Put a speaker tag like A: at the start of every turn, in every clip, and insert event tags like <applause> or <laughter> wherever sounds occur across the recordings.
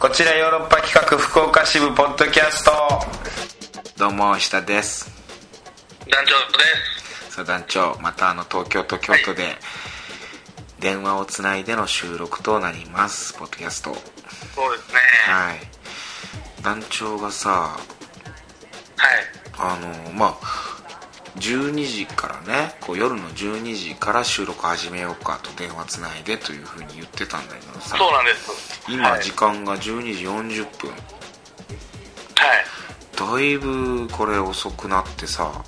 A: こちらヨーロッパ企画福岡支部ポッドキャストどうも下です
B: 団長で
A: さあ団長またあの東京と京都で電話をつないでの収録となりますポッドキャスト
B: すそうですね
A: はい団長がさ
B: はい
A: あのまあ12時からねこう夜の12時から収録始めようかと電話つないでというふうに言ってたんだけどさ
B: そうなんです
A: 今
B: はい、
A: 時間が12時40分
B: はい
A: だいぶこれ遅くなってさ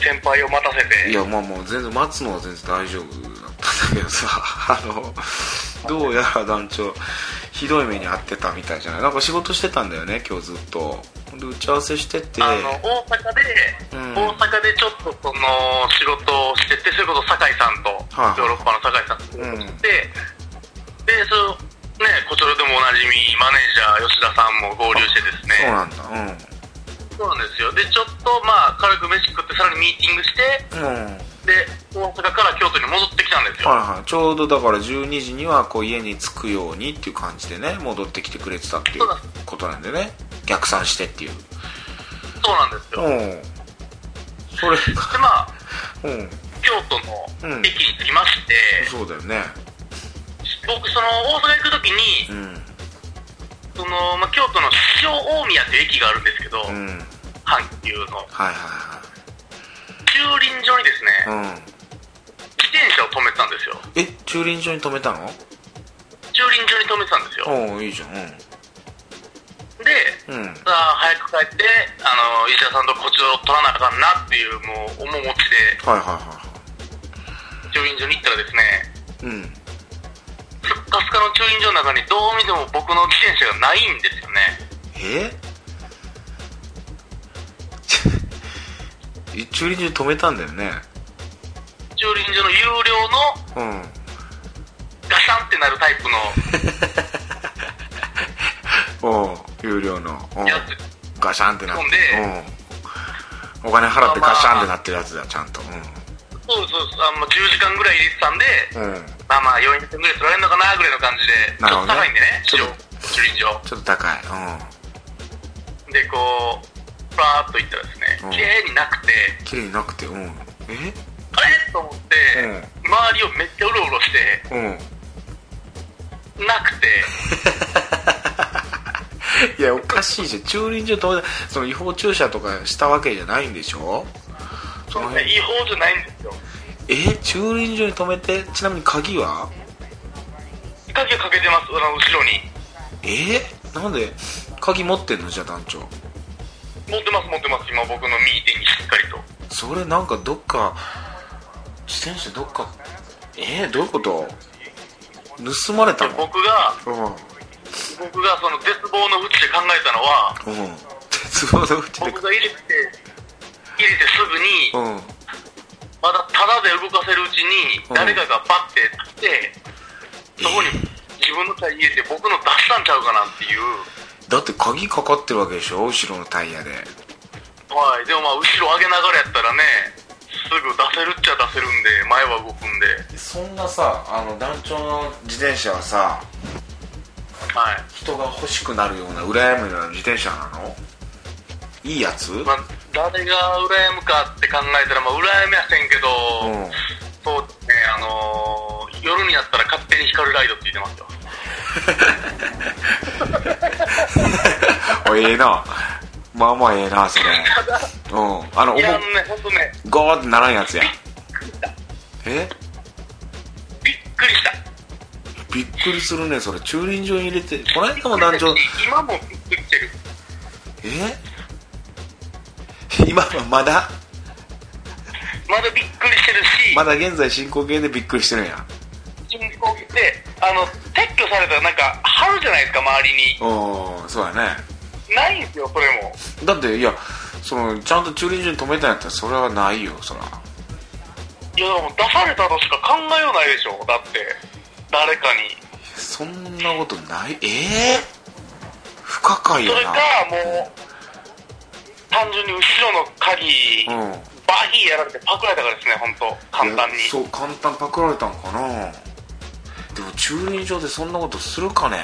B: 先輩を待たせて
A: いやまあもう全然待つのは全然大丈夫だったんだけどさあのどうやら団長ひどい目に遭ってたみたいじゃないなんか仕事してたんだよね今日ずっとで打ち合わせしてて
B: あの大阪で、
A: うん
B: 大阪でちょっとその仕事をしててそれこそ酒井さんと、
A: はい
B: ヨーロッパの酒井さんと
A: うん
B: ででそのねこちらでもおなじみマネージャー吉田さんも合流してです
A: そう
B: ね
A: なんだ
B: そうなんですよでちょっとまあ軽く飯食ってさらにミーティングして
A: うんうん
B: で大阪から京都に戻ってきたんですよ、
A: はいはい、ちょうどだから12時にはこう家に着くようにっていう感じでね戻ってきてくれてたっていう
B: そうだ
A: ことなんでね逆算してっていう
B: そうなんですよ、
A: うんそれ
B: でまあ
A: がうん
B: 京都の駅に着きまして、
A: そうだよね
B: 僕その大阪行く時に、
A: うん
B: そのまあ、京都の塩大宮っていう駅があるんですけど、
A: うん
B: 阪急の
A: はいは
B: 駐輪場にです
A: い
B: ね、
A: はいうん
B: 自転車を止めてたんですよ
A: え駐輪場に止めたの
B: 駐輪場に止めてたんですよ
A: おおいいじゃん
B: で
A: うんうん
B: さあ早く帰ってあの石田さんとこっちを取らなあかんなっていうもう面持ちで
A: はいはいは
B: 駐輪場に行ったらですね
A: いはいうん
B: すっかすかの駐輪場の中にどう見ても僕の自転車がないんですよね
A: え <laughs> ち駐輪場に止めたんだよね
B: 駐輪場の有料の
A: うん
B: ガシャンってなるタイプの
A: おう有料のうん
B: やつ
A: ガシャンってなって
B: ほんで
A: うんお金払ってガシャンってなってるやつだちゃんと
B: そうですそうですあの10時間ぐらい入れてたんで
A: うん、うん、
B: まあまあ400円ぐらい取られるのかなぐらいの感じで、
A: な
B: ち
A: る
B: ょ
A: ほど
B: っと高いんでね
A: ね、
B: 一応
A: ちょっ
B: 駐輪場。
A: ちょっと高いうん
B: で、こう、ふらーっと行ったらですね
A: うん、
B: 綺麗になくて、
A: 綺麗になくてうんえ
B: あれと思って、周りをめっちゃうろうろして、
A: うん <laughs>
B: なくて、
A: いやおかしいじゃん駐輪場止めたその違法駐車とかしたわけじゃないんでしょ
B: そんな違法じゃないんですよ。
A: え駐輪場に止めてちなみに鍵は
B: 鍵をかけてます、あの後ろに。
A: えなんで鍵持ってんのじゃあ団長
B: 持ってます、持ってます、今僕の右手にしっかりと。
A: それなんかどっか自転車どっかえー、どういうこと盗まれた
B: で
A: の
B: 僕が、
A: うん
B: 僕がその絶望の淵で考えたのは、
A: うん鉄棒の口で
B: 僕が入れて、入れてすぐに、
A: うん
B: まだただで動かせるうちに
A: うん
B: 誰かがバッて来て、そこに自分のタイヤ入れて僕の出したんちゃうかなっていう
A: だって鍵かかってるわけでしょ後ろのタイヤで
B: はいでもまあ後ろ上げながらやったらねすぐ出せるっちゃ出せるんで前は動くんで
A: そんなさあの団長の自転車はさ
B: はい
A: 人が欲しくなるような羨むような自転車なのいいやつ、
B: まあ誰が羨むかって考えたらまあ羨みはせんけど、
A: うん
B: そうですねあのー夜になったら勝手に光るライドって言ってますよ
A: おええなまあまあええなそれうんあの
B: いや
A: 重
B: あのね本当ね
A: ゴーってならんやつやえ
B: びっくりした
A: びっくりするねそれ駐輪場に入れてこの間も団長
B: 今もびっくりしてる
A: え今はまだ
B: まだびっくりしてるし
A: まだ現在進行形でびっくりしてるんや
B: 進行であの撤去されたらなんか貼るじゃないですか周りに
A: うんそうやね
B: ないんですよそれも
A: だっていやそのちゃんと駐輪場に止めたんやったらそれはないよそら
B: いやでも出されたとしか考えようないでしょだって誰かに
A: そんなことないええ不可解
B: そ
A: や
B: れ
A: な
B: かもう単純に後ろの鍵、
A: うん
B: バヒーやられてパクられたからですね本当簡単
A: い
B: に
A: やそう簡単パクられたんかなでも駐輪場でそんなことするかね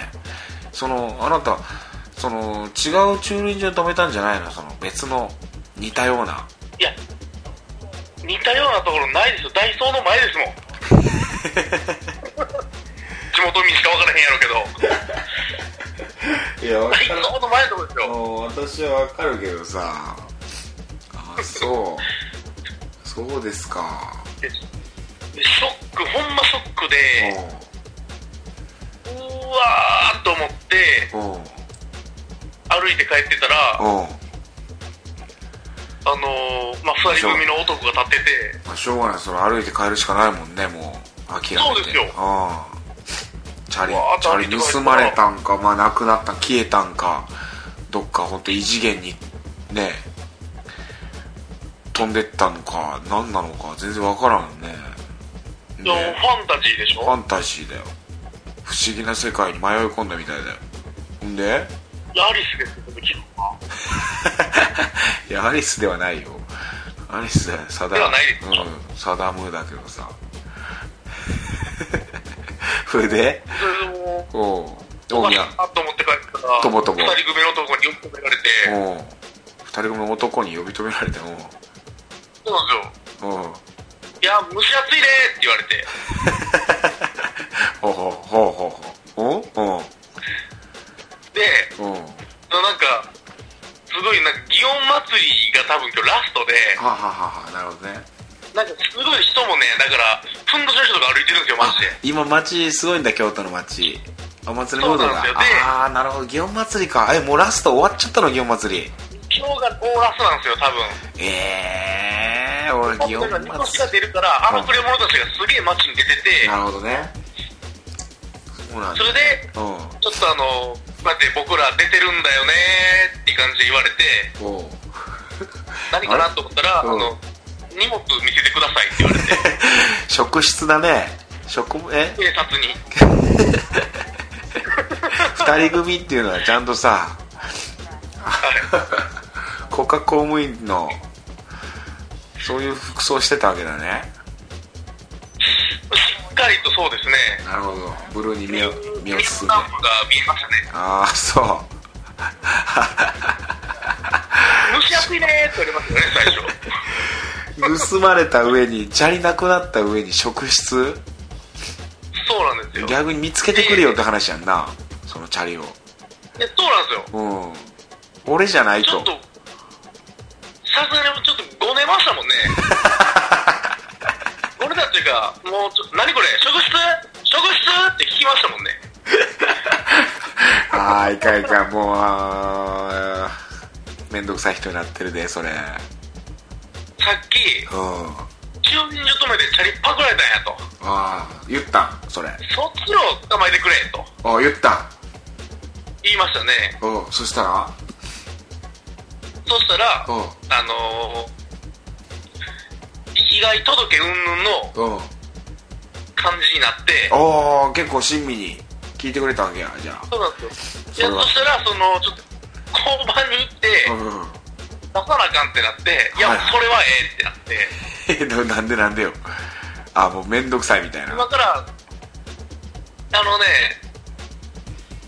A: そのあなたその違う駐輪場に止めたんじゃないのその別の似たようない
B: や、似たようなところないですよ。ダイソーの前です
A: <laughs>
B: もん。地元民しか分からへんやろうけ
A: い
B: ど。
A: や
B: ダイソーの前のとこですよ。
A: 私はわかるけどさあそうそうですか
B: でショック、ほんまショックで、うわーと思って、
A: うんうん
B: 歩いて帰ってたら、あ
A: うん
B: のー、まあ、二人組の男が立ってて、
A: まあ、しょうがないそれ歩いて帰るしかないもんねもう諦めて
B: そうですよ
A: あチャリ
B: うわ
A: チャ
B: 歩いて
A: リ
B: 帰った
A: 盗まれたんかまあなくなったん消えたんかどっか本当異次元にね飛んでったのか何なのか全然わからんよね
B: いや
A: ね
B: ファンタジーでし
A: ファ
B: ょ
A: ンタジーだよ不思議な世界に迷い込んだみたいだよほんで
B: いやアリスですよ、昨日は。
A: いやアリスではないよアリスだよサダ
B: ではないです
A: うん、サダムだけどさ <laughs> それで
B: それで
A: おう
B: もう、お
A: おう
B: か
A: い
B: しい
A: や
B: なと思って帰ってたら、
A: ともとも
B: 二人組の男に呼び止められて、
A: おう二人組の男に呼び止められてお
B: そうなんですよ。
A: うおう <laughs>
B: いや、蒸し暑いでーって言われて、
A: ほうほうほうほうほうおう
B: で、
A: おうおう
B: なんか、すごいなんか、祇園祭りが多分今日ラストで、
A: はあはあはあはあなるほどね
B: なんかすごい人もね、だから、ふんどしの人が歩いてるんですよ、マジで。
A: 今町すごいんだ京都の町お祭りモード
B: そう
A: が
B: なんですよで
A: ああなるほど祇園祭りかえもうラスト終わっちゃったの祇園祭り
B: 今日がオーラスなんですよ、多分。
A: ええー、俺祇
B: だか
A: 園
B: ら、みこ
A: 祭
B: しが
A: り
B: 出るから、あのくれ者たちがすげえ街に出てて、
A: なるほどねそうなん
B: そ
A: だ
B: れで、
A: うん
B: ちょっとあの、待って、僕ら出てるんだよねーって感じで言われて、
A: おう <laughs>
B: 何かなと思ったら、あ
A: うん
B: の、荷物見せてくださいって言わ
A: <laughs>
B: れて、
A: 職質だね職え
B: 警察に。
A: 二人組っていうのはちゃんとさ
B: はい。
A: <laughs> 国家公務員のそういう服装してたわけだね
B: しっかりとそうですね、
A: なるほどブルーに身を身を包
B: ミス
A: んで
B: タンプが見えましたね。
A: ああそう
B: 蒸し暑いねーって言われましたよね、最初。
A: 盗まれた上にチャリなくなった上に職質 <laughs>
B: そうなんですよ。
A: 逆に見つけてくれよって話やんなそのチャリを
B: えそうなんですよ。
A: うん俺じゃない
B: ちょ
A: と
B: っと、さすがにちょっとごねました
A: <laughs>
B: もんね。ごねたっていうか、もうちょ、何これ職質職質って聞きましたもんね。
A: ああいかんいかんもうあーめんどくさい人になってるでそれ
B: さっき、
A: うんあ
B: 駐輪所止めてチャリパクられたんやと。
A: あ言ったんそれ
B: そっちを捕まえてくれと
A: あ言ったん
B: 言いましたね。
A: うんそしたら
B: そしたら、あ
A: うん
B: のー、被害届云々の
A: うん
B: 感じになって、
A: おお結構親身に聞いてくれたわけやじゃ
B: そうなんです
A: そ
B: よ。い
A: れ
B: や、
A: は
B: そしたら、その、ちょっと、交番に行って、
A: あうん
B: 出さなあかんってなって、いや、
A: はいはい
B: それはええってなって、
A: えななん <laughs> でなんでよあもうめんどくさいみたいな
B: 今から、あのね、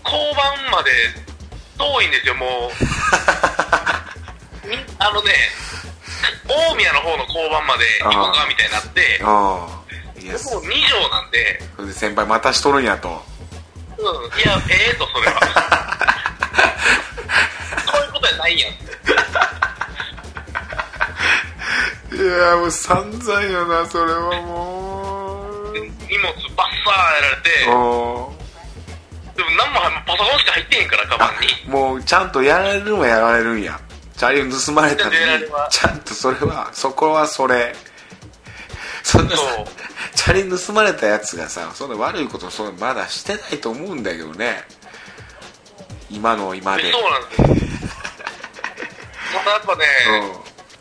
B: 交番まで遠いんですよ、も
A: <laughs>
B: う。みあのね、大宮の方の交番まで
A: あ
B: 行
A: ー
B: こうかみたいになって、
A: うんいや
B: もう
A: そ
B: 2畳なんで、
A: それで先輩またしとるんやと
B: うん、いや、ええと、それ
A: <laughs>
B: は。そういうことやないやん。
A: いやもう散々よなそれはもう
B: 荷物バッサーやられて、
A: お
B: でも何も入んパソコンしか入ってへんから、カバ
A: あ
B: ン
A: <laughs>
B: に。
A: もうちゃんとやられるんはやられるんやチャリを盗まれたのに
B: ちゃんとやられは
A: ちゃんとそれはそこはそれそんなさ
B: そう
A: チャリ盗まれたやつがさそんな悪いことそんなまだしてないと思うんだけどね今の今で
B: そうなんですよ。
A: <laughs>
B: またやっぱね、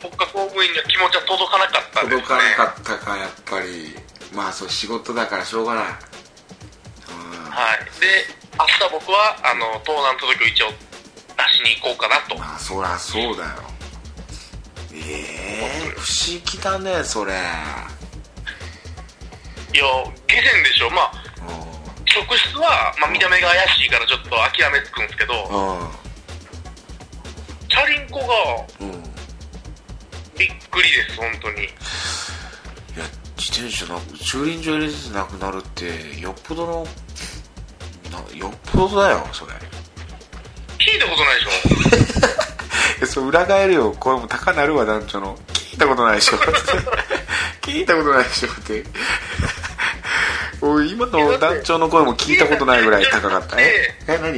B: 国家公務員には気持ちは届かなかった
A: うん、
B: ですね。
A: 届かなかったかやっぱりまあそう仕事だからしょうがない、うん、
B: はい。で、明日僕は、あの、盗難届を一応出しに行こうかなと。
A: まあそりゃそうだよええ不思議だねそれ
B: いや、下船でしょ。まあ、
A: う
B: 地職質は、まあ、見た目が怪しいからちょっと諦めつくんですけど、
A: あ
B: チャリンコが
A: あうん
B: びっくりです、本当に。
A: いや自転車なく駐輪場入れてなくなるってよっぽどのなよっぽどだよそれ
B: 聞いたことないでしょ
A: えそう裏返るよ声も高なるわ団長の聞いたことないでしょ聞いたことないでしょっておい今の団長の声も聞いたことないぐらい高かったねえ何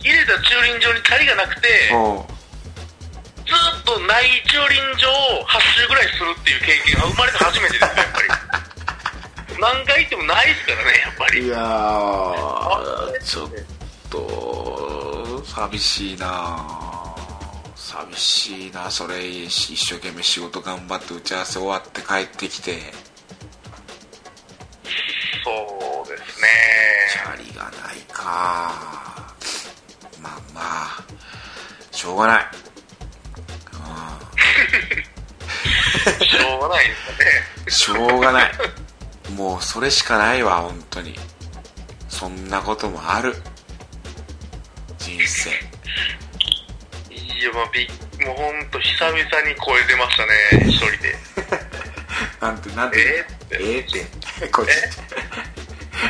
B: 入れた駐輪場にチャリがなくて、
A: おう
B: ずっとない駐輪場を8周ぐらいするっていう経験が生まれて初めてですよ、やっぱり。
A: <laughs>
B: 何回行ってもないですからね、やっぱり。
A: いやーちょっと寂しいな寂しいなそれ一生懸命仕事頑張って打ち合わせ終わって帰ってきて
B: そうですね。
A: チャリがないかまあまあしょうがない
B: しょうがないですかね。
A: しょうがないもうそれしかないわ本当にそんなこともある人生
B: いや、まあ、びっもうほんと久々に声出ましたね、一人で。
A: なんてなんて
B: え
A: え
B: ーって
A: えーってこっち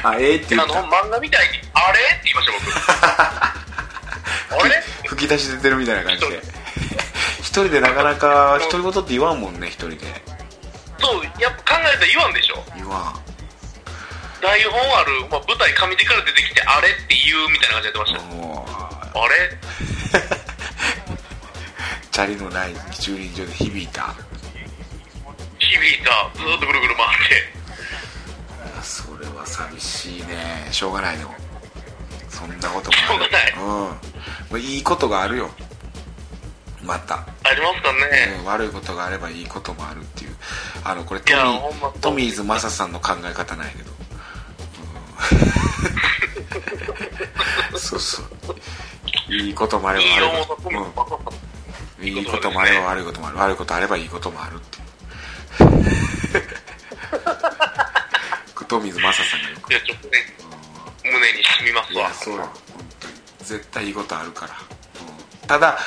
A: あええー、って言
B: あ
A: っ
B: の、
A: た
B: 漫画みたいに、あれって言いました、
A: <laughs>
B: 僕。あれ
A: 吹き出し出てるみたいな感 <laughs> じで一人でなかなか独り言って言わんもんね一人で
B: そう、やっぱ考えたら言わんでしょ。
A: 言わん
B: 台本ある、まあ、舞台上手から出てきて、あれって言うみたいな感じでやってました。
A: もう
B: あれ
A: チャリのない駐輪場で響いた
B: 響いた。ずっとぐるぐる回って。
A: それは寂しいねしょうがないのそんなことも
B: し
A: あるうんいいことがあるよまた、
B: ありますかね。
A: うん悪いことがあればいいこともあるっていうあのこれト
B: い
A: ミ
B: や
A: ー
B: ほんまそう
A: トミーズマサさんの考え方なんやけど、うん <laughs> そうそういいこともあれば
B: いい
A: 悪い
B: 思
A: こ
B: う
A: と
B: と、
A: うんいい
B: こ
A: こととも
B: もあ
A: あ
B: れ
A: れ
B: ば
A: ば悪いこともある悪いことあればいいこともあるっていう <laughs> トミーズマサさんがよく
B: いや、ちょっとね、胸に染みます
A: い
B: わ
A: や。そうよ本当に絶対いいことあるから、うんただ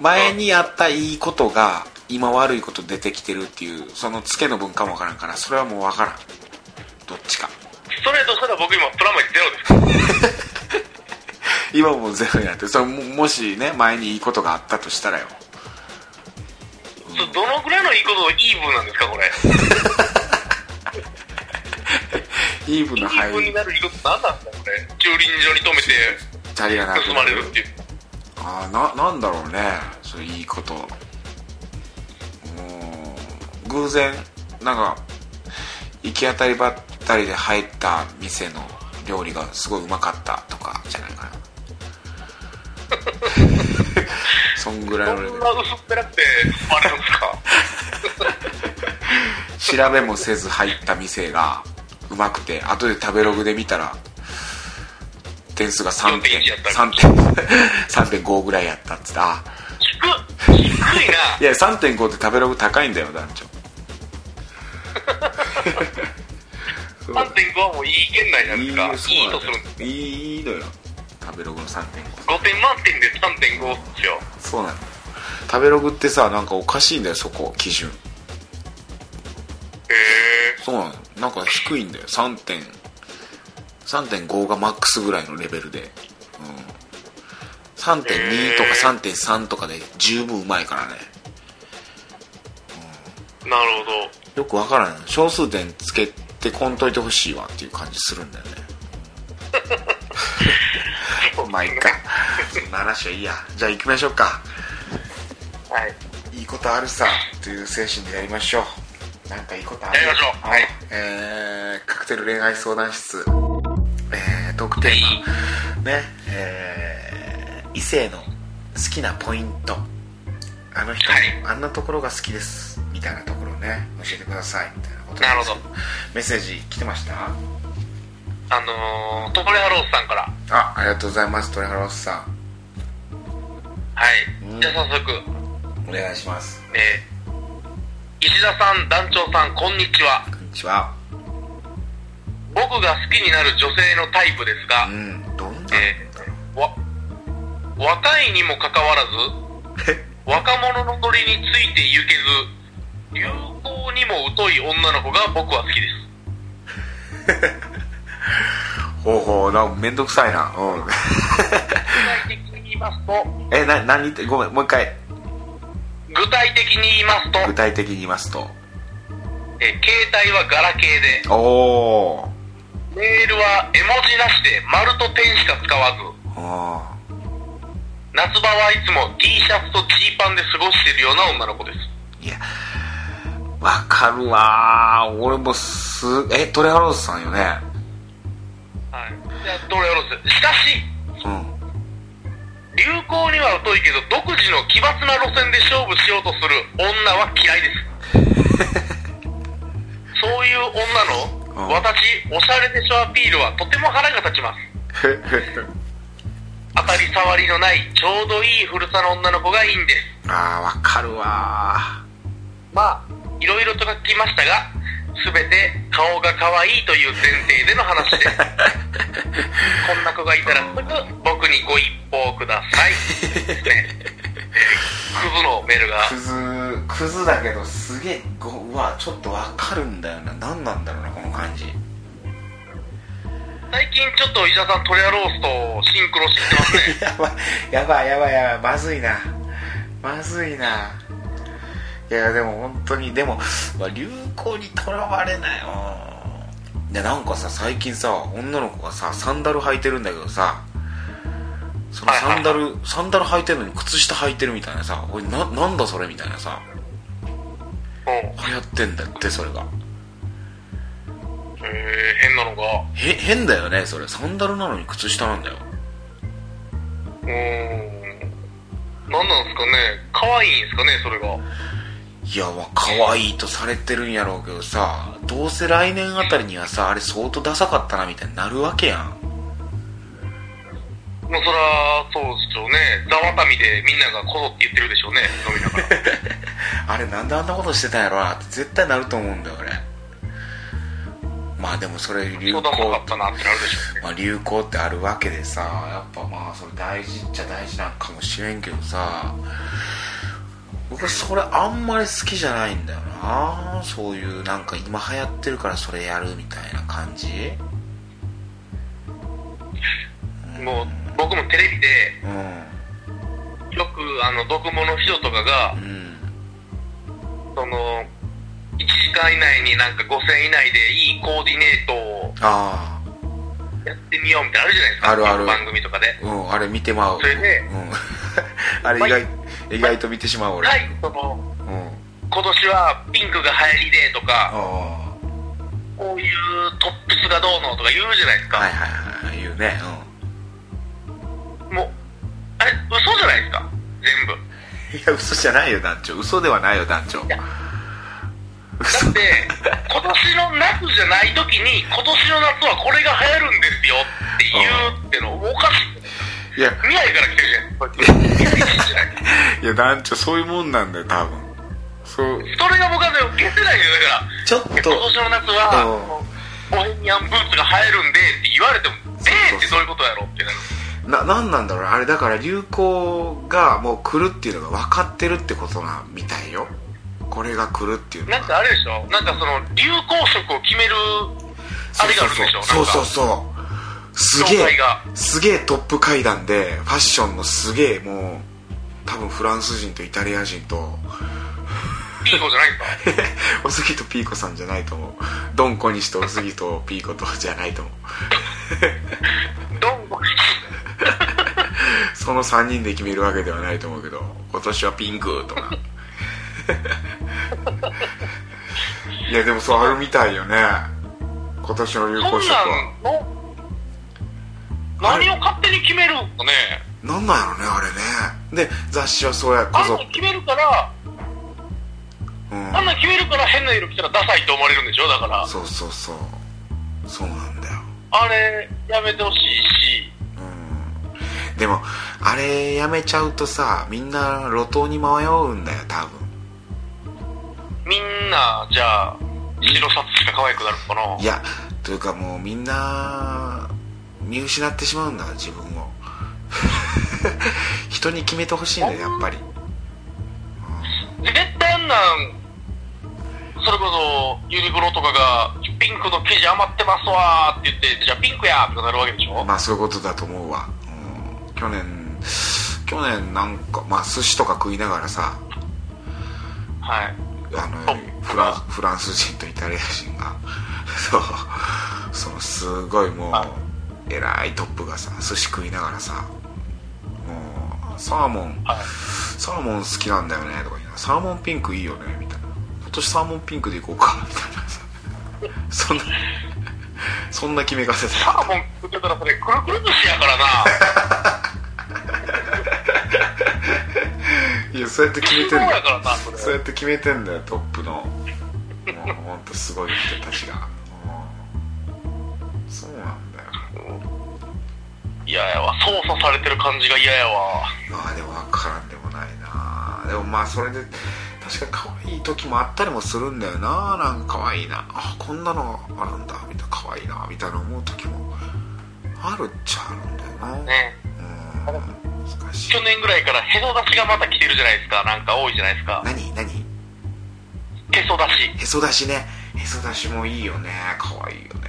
A: 前にやったいいことが今悪いこと出てきてるっていうそのツケの文化もわからんからそれはもうわからんどっちか
B: それとしたら僕今、プラマイゼロです。
A: 今もうゼロになってるそれももしね前にいいことがあったとしたらよ
B: それどのぐらいのいいことをイーブンなんですか、これ。
A: イーブンの
B: イーブン
A: 入
B: に
A: り
B: なる色って何なんですかこれ駐輪場に止めて
A: チャリがなく
B: 盗
A: な
B: まれるっていう
A: ああななんだろうねそれいいことうん偶然なんか行き当たりばったりで入った店の料理がすごいうまかったとかじゃない <laughs> かなそんぐらいのレ
B: そ
A: ベ
B: ん
A: ル
B: な薄っぺらくて盗まれるんですか
A: 調べもせず入った店がうまくて後で食べログで見たら点数が3点
B: 4.1やった
A: 3点3.5ぐらいやったっつってあ
B: 低っ低いない
A: や3.5って食べログ高いんだよ団 <laughs> 長そう
B: 3.5はもういい圏内なん
A: い
B: で
A: い
B: す
A: よ
B: か
A: そう
B: いい
A: な
B: と
A: ん
B: す
A: だよ
B: るんです
A: いいいいのよ食べログの3.5
B: 5点満点で3.5っすよ
A: そうなの食べログってさなんかおかしいんだよそこ基準
B: へえ
A: そうなのなんか低いんだよ3点3.5がマックスぐらいのレベルで、うん、3.2とか3.3とかで十分うまいからね
B: なるほど
A: よくわからん小数点つけてこんといてほしいわっていう感じするんだよねまあいっかそんな話はいいやじゃあ行きましょうか
B: はい
A: いいことあるさという精神でやりましょうなんかいいことある
B: やりましょうはい
A: えーカクテル恋愛相談室、えートークテーマねえー異性の好きなポイントあの人の、
B: はい
A: あんなところが好きですみたいなところをね教えてくださいみたいなこと
B: なるほど
A: メッセージ来てました
B: あのー、トレハロースさんから
A: あありがとうございます鳥原さ
B: はいじゃあ早速
A: んお願いします
B: えー石田さん団長さんこんにちは
A: こんにちは
B: 20僕が好きになる女性のタイプですが
A: う、んどんな
B: えーわ若いにもかかわらず
A: え
B: 若者のノリについて行けず流行にも疎い女の子が僕は好きです
A: ほうほうなんかめんどくさいなうん
B: 具体的に言いますと
A: <laughs> えな何言ってごめんもう一回
B: 具体的に言いますと、
A: 具体的に言いますと
B: えー携帯はガラケーで
A: おお
B: メールは絵文字なしで丸とペンしか使わず
A: あ
B: 夏場はいつも T シャツとジーパンで過ごしているような女の子です
A: ーいやわかるわー俺もすえトレハローズさんよね
B: はいじゃあどれよろしいしか
A: <laughs>
B: し
A: うん
B: 流行には疎いけど独自の奇抜な路線で勝負しようとする女は嫌いです
A: <laughs>
B: そういう女の
A: うん
B: 私おしゃれでしょアピールはとても腹が立ちます当たり障りのないちょうどいい古さの女の子がいいんです
A: ああわかるわ
B: まあいろいろと書きましたが全て顔が可愛いという前提での話です
A: <laughs>
B: こんな子がいたらすぐ僕にご一報くださいねえ
A: <laughs>
B: ークズのメールが
A: ークズクズだけどすげえごうわちょっとわかるんだよな何なんだろうなこの感じ
B: 最近ちょっと石田さんトレアローストをシンクロしてきてますね
A: <laughs> やばいやばいやばいやばいまずいなまずいないやでも本当にでもまあ流行にとらわれないよでなんかさ最近さ女の子がさサンダル履いてるんだけどさそのサンダル、サンダル履いてるのに靴下履いてるみたいなさおいななんだそれみたいなさ
B: うん
A: 流行ってんだってそれが
B: へえ変なのが
A: へ変だよねそれサンダルなのに靴下なんだよ
B: うーん何なんですかね可愛いんですかねそれが
A: いやまあ可愛いとされてるんやろうけどさどうせ来年あたりにはさあれ相当ダサかったなみたいになるわけやん
B: まあそりゃそうでしょうねざわたみでみんながこぞって言ってるでしょうね飲みながら
A: あれなんであんなことしてたんやろなって絶対なると思うんだよ俺まあでもそれ流行
B: そうだなかったなってなるでしょうね
A: まあ、流行ってあるわけでさやっぱまあそれ大事っちゃ大事なんかもしれんけどさ僕はそれあんまり好きじゃないんだよなそういうなんか今流行ってるからそれやるみたいな感じ
B: もう僕もテレビで
A: うん
B: よくあの読モの人とかが
A: うん
B: その1時間以内になんか5000以内でいいコーディネートを
A: あ
B: やってみようみたいなのあるじゃないですか
A: あるある
B: 番組とかで
A: あうんあれ見てまう
B: それで
A: うん、 <laughs> あれ意外意外と見てしまう俺、
B: はい、
A: <laughs>
B: その、
A: うん
B: 今年はピンクが流行りでとか、
A: あ
B: こういうトップスがどうのとか言うじゃないです
A: あ
B: か。
A: はいはいはい言うね
B: もう、あれ、嘘じゃないですか、全部。
A: うんいや嘘じゃないよ団長嘘ではないよ団長
B: や
A: 嘘
B: で、今年の夏じゃない時に、今年の夏はこれが流行るんですよって言うってのおかしい。
A: いや
B: 未来から来てるじゃん。未来人じゃ <laughs> ない
A: いや団長そういうもんなんだよ多分そう
B: それが僕はね、受けてないんだよ。だから、
A: ちょっ
B: 今
A: と
B: 年の夏は、ボヘミアンブーツが流行るんでって言われても、えーってどういうことやろってなる。
A: ななんなんだろうあれだから流行がもう来るっていうのが分かってるってことなみたいよこれが来るっていうの
B: なんかあれでしょなんかその流行色を決めるあれがあるんでしょ
A: そうそうそうそう
B: なんか
A: そうすげ
B: 紹
A: え
B: 介が
A: すげえトップ階段でファッションのすげえもう多分フランス人とイタリア人と
B: ピーコじゃないんです
A: <laughs>
B: か
A: おすぎとピーコさんじゃないと思うドン小西とおすぎとピーコとじゃないと思う
B: どんどん
A: その3人で決めるわけではないと思うけど今年はピンクとかいやでもそうあるみたいよね今年の流
B: そ
A: 行
B: ん
A: 色
B: な
A: は
B: んの何を勝手に決めるのね
A: なんなんやろねあれねで雑誌はそうやこ
B: あん
A: そ
B: なん決めるから
A: うん
B: あんなん決めるから変な色着たらダサいと思われるんでしょだから
A: そうそうそうそうなんだよ
B: あれやめてほしいし
A: うんでもあれやめちゃうとさみんな路頭に迷うんだよ多分
B: みんなじゃあ白シャツしか可愛くなるのかない
A: やというかもうみんな見失ってしまうんだ自分を <laughs> 人に決めてほしいんだよやっぱり
B: 絶対あんなんそれこそユニクロとかがピンクの生地余ってますわーって言ってじゃあピンクやーってなるわけでしょ
A: まあそういうことだと思うわ、うん、去年去年なんかまあ寿司とか食いながらさ
B: はい
A: あ
B: あ
A: のフランフランス人とイタリア人が <laughs> そうそのすごいも
B: は
A: う偉いトップがさ寿司食いながらさもうサーモン
B: はい
A: サーモン好きなんだよねとか言うなサーモンピンクいいよねみたいな今年サーモンピンクでいこうか <laughs> みたいなさそんなそんな決め方だ
B: サ
A: よ
B: ーモン食ってたらそれくるくる寿司やからな
A: いやそうやって決めてん
B: そう
A: だよ
B: やからなそれ
A: そうやって決めてんだよトップのもうほんとすごい人たちがうんそうなんだよ
B: 嫌やわ操作されてる感じが嫌やわ
A: まあでも分からんでもないなでもまあそれで確かに可愛い時もあったりもするんだよななんか可愛いなあこんなのあるんだみたいな可愛いなみたいな思う時もあるっちゃあるんだよな、
B: ね
A: うん難しい
B: 去年ぐらいからへそ出しがまた来てるじゃないですかなんか多いじゃないですか
A: 何何
B: へそ出し
A: へそ出しねへそ出しもいいよね可愛いよね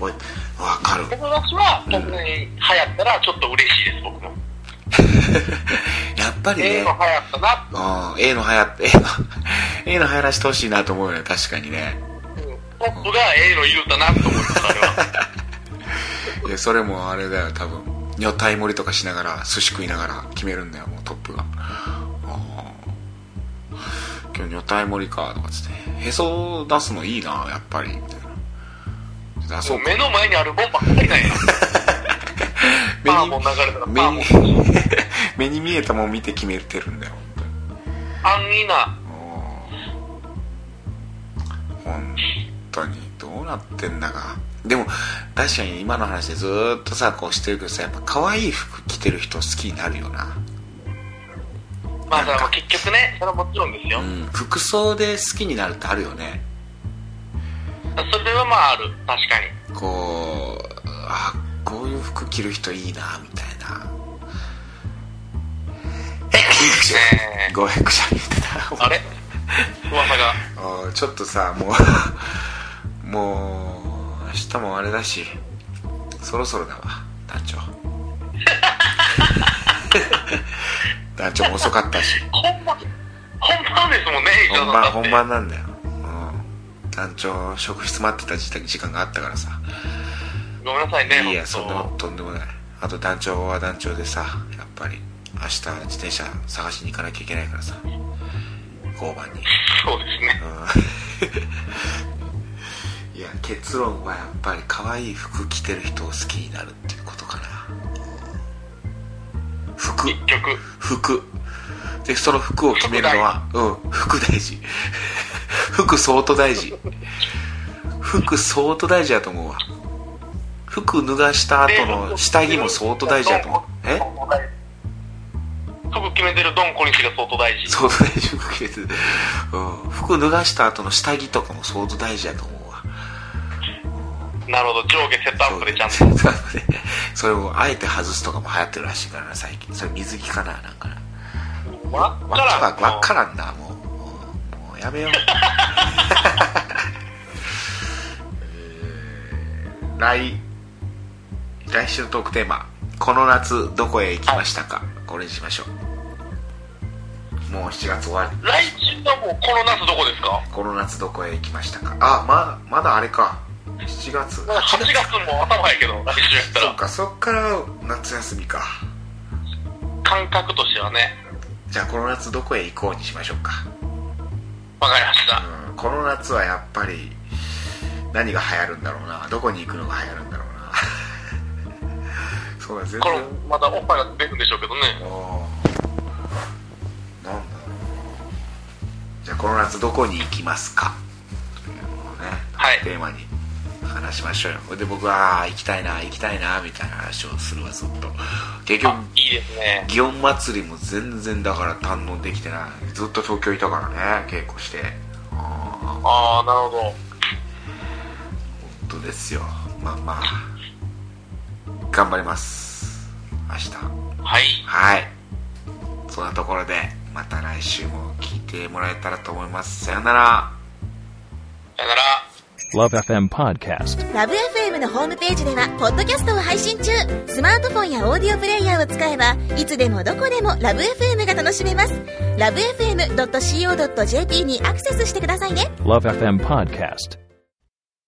A: おい分かる
B: へそ出しは特に流行ったらちょっと嬉しいです僕も
A: やっぱり
B: ええ
A: ね
B: の流行ったな
A: うん、A の流行って、A の、A の流行らしてほしいなと思うよね、確かにね。
B: トップがええの言うたなと思いますあれは
A: いや、それもあれだよ、多分。女体盛りとかしながら、寿司食いながら決めるんだよ、もうトップが。あー今日女体盛りか、とかつって。へそ出すのいいな、やっぱり、みたいな。出 <laughs> そう
B: もう
A: か。
B: 目の前にあるもんばっかりなんや
A: 目
B: サー
A: に
B: モン流れたらサ
A: 目
B: ーモ
A: に
B: ン、
A: <laughs> 目に見えたもん見て決めてるんだよ、本当に。
B: 安易な
A: 本当にどうなってんだかでも確かに今の話でずーっとさこうしてるけどさやっぱ可愛い服着てる人好きになるよな
B: まあそれはもう結局ねそれはもちろんですよ、
A: うん服装で好きになるってあるよね
B: それはまあある確かに
A: こうあこういう服着る人いいなみたいな
B: ね
A: ごめんくしゃみってた
B: あれ噂が
A: あーちょっとさもうもう明日もあれだしそろそろだわ団長団長も遅かった <laughs> し
B: 本番本番で
A: <laughs>
B: すもんね石田さ
A: 本
B: ん
A: 番
B: だって
A: 本番なんだよ、うん、団長職質待ってた時時間があったからさ
B: ごめんなさいね
A: いいやそん
B: 本当
A: なとんでもないあと団長は団長でさやっぱり明日自転車探しに行かなきゃいけないからさ交番に
B: そうですね
A: <laughs> いや結論はやっぱり可愛い服着てる人を好きになるっていうことかな服
B: 結局
A: 服でその服を決めるのはうん服大事服相当大事服相当大事やと思うわ服脱がした後の下着も相当大事やと思うえ
B: そこ決めてるドン小西が相当大事
A: 相当大事服着てて、うん、服脱がした後の下着とかも相当大事やと思うわ
B: なるほど上下セットアップでちゃんと
A: そう <laughs> そうそうそれをあえて外すとかも流行ってるらしいからな最近それ水着かななんかな
B: わっ
A: わからんわ
B: わ
A: からんなもうもうやめよう <laughs> えー来来週のトークテーマ「この夏どこへ行きましたか?」これにしましょうもう7月終わり
B: 来週はもうこの夏どこですか
A: この夏どこへ行きましたかあままだあれか7月
B: もう8月も頭やけど来週やった
A: そっ
B: ら
A: かそっから夏休みか
B: 感覚としてはね
A: じゃあこの夏どこへ行こうにしましょうか、
B: わかりました
A: うん、この夏はやっぱり何が流行るんだろうなどこに行くのが流行るんだろうな <laughs> そうだ全
B: こ
A: 然
B: れまだおっぱいが出てくんでしょうけどね
A: あーなんだろうじゃあこの夏どこに行きますかというのをね、
B: はい
A: テーマに話しましょうよほいで僕はあー行きたいな行きたいなみたいな話をするわずっと結局
B: あいいですね
A: 祇園祭りも全然だから堪能できてないずっと東京いたからね稽古してあ
B: ああなるほど
A: ーほんとことですよまあまあ頑張ります明日
B: はい。
A: はいそんなところでまた来週も聞いてもらえたらと思いますさよなら
B: さよなら。
C: Love FM Podcast.
D: ラブ f m のホームページではポッドキャストを配信中スマートフォンやオーディオプレイヤーを使えばいつでもどこでもラブ f m が楽しめますラブ FM.co.jp にアクセスしてくださいね
C: Love FM Podcast.